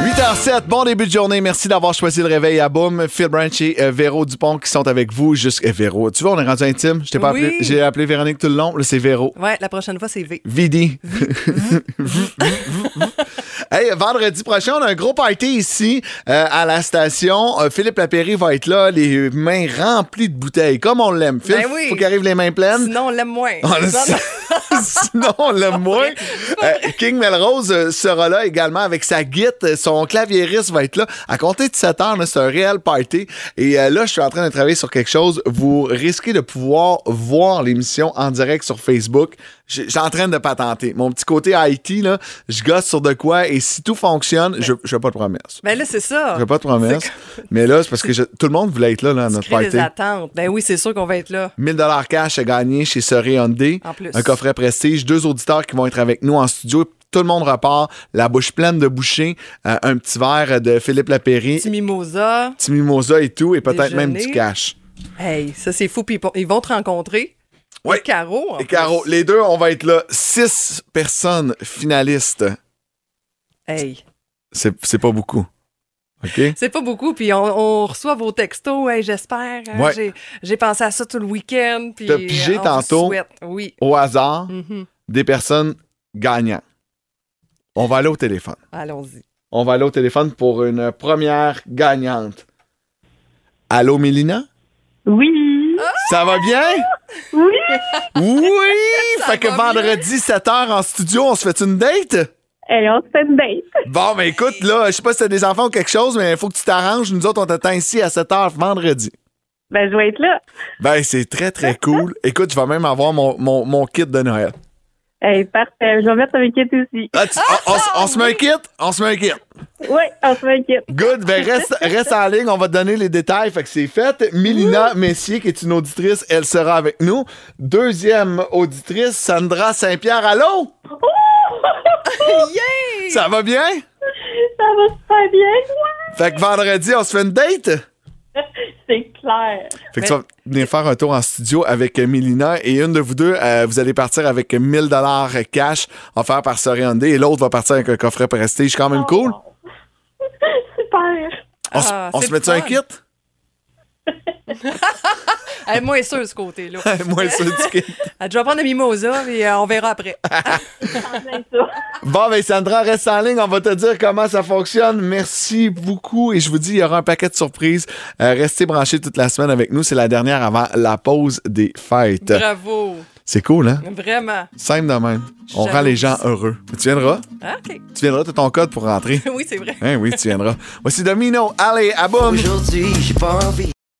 Speaker 3: 8h07, bon début de journée. Merci d'avoir choisi le réveil à Boom. Phil Branch et euh, Véro Dupont qui sont avec vous jusqu'à Véro. Tu vois, on est rendu intime. Je t'ai pas
Speaker 4: Oui.
Speaker 3: appelé. J'ai appelé Véronique tout le long. Là, c'est Véro.
Speaker 4: Ouais, la prochaine fois, c'est V.
Speaker 3: Vidi. hey, vendredi prochain, on a un gros party ici euh, à la station. Euh, Philippe Lapéry va être là, les mains remplies de bouteilles, comme on l'aime. Phil,
Speaker 4: Ben oui.
Speaker 3: faut qu'il arrive les mains
Speaker 10: Mm.
Speaker 3: pleines.
Speaker 4: Sinon, on l'aime moins.
Speaker 3: On
Speaker 10: Ah,
Speaker 3: le sait. Ah, Sinon, on l'aime moins. Euh, King Melrose euh, sera là également avec sa guite. Euh, Son claviériste va être là. À compter de 7 heures, là, c'est un réel party. Et euh, là, je suis en train de travailler sur quelque chose. Vous risquez de pouvoir voir l'émission en direct sur Facebook. Je je suis en train de patenter. Mon petit côté IT, là, je gosse sur de quoi. Et si tout fonctionne, je je fais pas de promesse.
Speaker 4: Ben là, c'est ça.
Speaker 3: Je fais pas de promesse. Mais là, c'est parce que je- tout le monde voulait être là, là, à notre
Speaker 4: Créer des
Speaker 3: party.
Speaker 4: attentes. Ben oui, c'est sûr qu'on va être là.
Speaker 3: 1000 cash à gagner chez Seré Hyundai.
Speaker 4: En plus.
Speaker 3: Un coffret prestige, deux auditeurs qui vont être avec nous en studio. Tout le monde repart, la bouche pleine de bouchées, euh, un petit verre de Philippe Lapéry,
Speaker 4: Petit mimosa.
Speaker 3: petit mimosa et tout, et peut-être
Speaker 4: Déjeuner.
Speaker 3: même du cash.
Speaker 4: Hey, ça, c'est fou. Puis ils vont- ils vont te rencontrer.
Speaker 3: Oui.
Speaker 4: Et Caro. en
Speaker 3: Et Caro, les deux, on va être là. Six personnes finalistes.
Speaker 4: Hey.
Speaker 3: C'est c'est pas beaucoup. OK?
Speaker 4: C'est pas beaucoup, puis on, on reçoit vos textos, Hey, j'espère. hein,
Speaker 3: Ouais.
Speaker 4: j'ai- J'ai pensé à ça tout le week-end. puis euh,
Speaker 3: T'as pigé
Speaker 4: on vous
Speaker 3: tantôt.
Speaker 4: souhaite. Oui.
Speaker 3: Au hasard,
Speaker 4: Mhm.
Speaker 3: des personnes gagnantes. On va aller au téléphone.
Speaker 4: Allons-y.
Speaker 3: On va aller au téléphone pour une première gagnante. Allô, Mélina?
Speaker 12: Oui.
Speaker 3: Ça va bien?
Speaker 12: Oui.
Speaker 3: Oui! fait que vendredi, 7h en studio, on se fait une date?
Speaker 8: Eh,
Speaker 12: on se fait une date.
Speaker 3: Bon, ben écoute, là, je sais pas si t'as des enfants ou quelque chose, mais il faut que tu t'arranges. Nous autres, on t'attend ici à 7h vendredi.
Speaker 12: Ben, je vais être là.
Speaker 3: Ben, c'est très, très cool. Écoute, je vais même avoir mon, mon, mon kit de Noël.
Speaker 8: Eh,
Speaker 12: Hey, parfait. Je vais mettre un kit aussi.
Speaker 3: Ah, tu- on on s- on se met un kit? On se met un kit.
Speaker 12: Oui, on se met un kit.
Speaker 3: Good, ben reste, reste en ligne, on va te donner les détails. Fait que c'est fait. Mélina Messier, qui est une auditrice, elle sera avec nous. Deuxième auditrice, Sandra Saint-Pierre. Allô? Ça va bien?
Speaker 12: Ça va super bien.
Speaker 3: Fait que vendredi, on se fait une date?
Speaker 12: C'est clair.
Speaker 3: Fait que tu vas venir faire un tour en studio avec euh, Mélina et une de vous deux, euh, vous allez partir avec 1000 dollars cash offert par Soriandé et l'autre va partir avec un coffret prestige quand même cool.
Speaker 12: Super.
Speaker 3: On, s- on se met un kit?
Speaker 4: Hey, moi, sûr, ce côté-là.
Speaker 3: Moi, sûr du kit.
Speaker 4: Ah, Je vais prendre un mimosa, et on verra après.
Speaker 3: Ah. Bon, ben Sandra, reste en ligne. On va te dire comment ça fonctionne. Merci beaucoup. Et je vous dis, il y aura un paquet de surprises. Euh, restez branchés toute la semaine avec nous. C'est la dernière avant la pause des fêtes.
Speaker 4: Bravo.
Speaker 3: C'est cool, hein?
Speaker 4: Vraiment.
Speaker 3: Simple de même. On
Speaker 4: J'avoue.
Speaker 3: rend les gens heureux. Tu viendras?
Speaker 4: Ah, OK.
Speaker 3: Tu viendras, t'as ton code pour rentrer.
Speaker 4: oui, c'est vrai.
Speaker 3: Hein, oui, tu viendras. Voici Domino. Allez, à boum! Aujourd'hui, j'ai pas envie.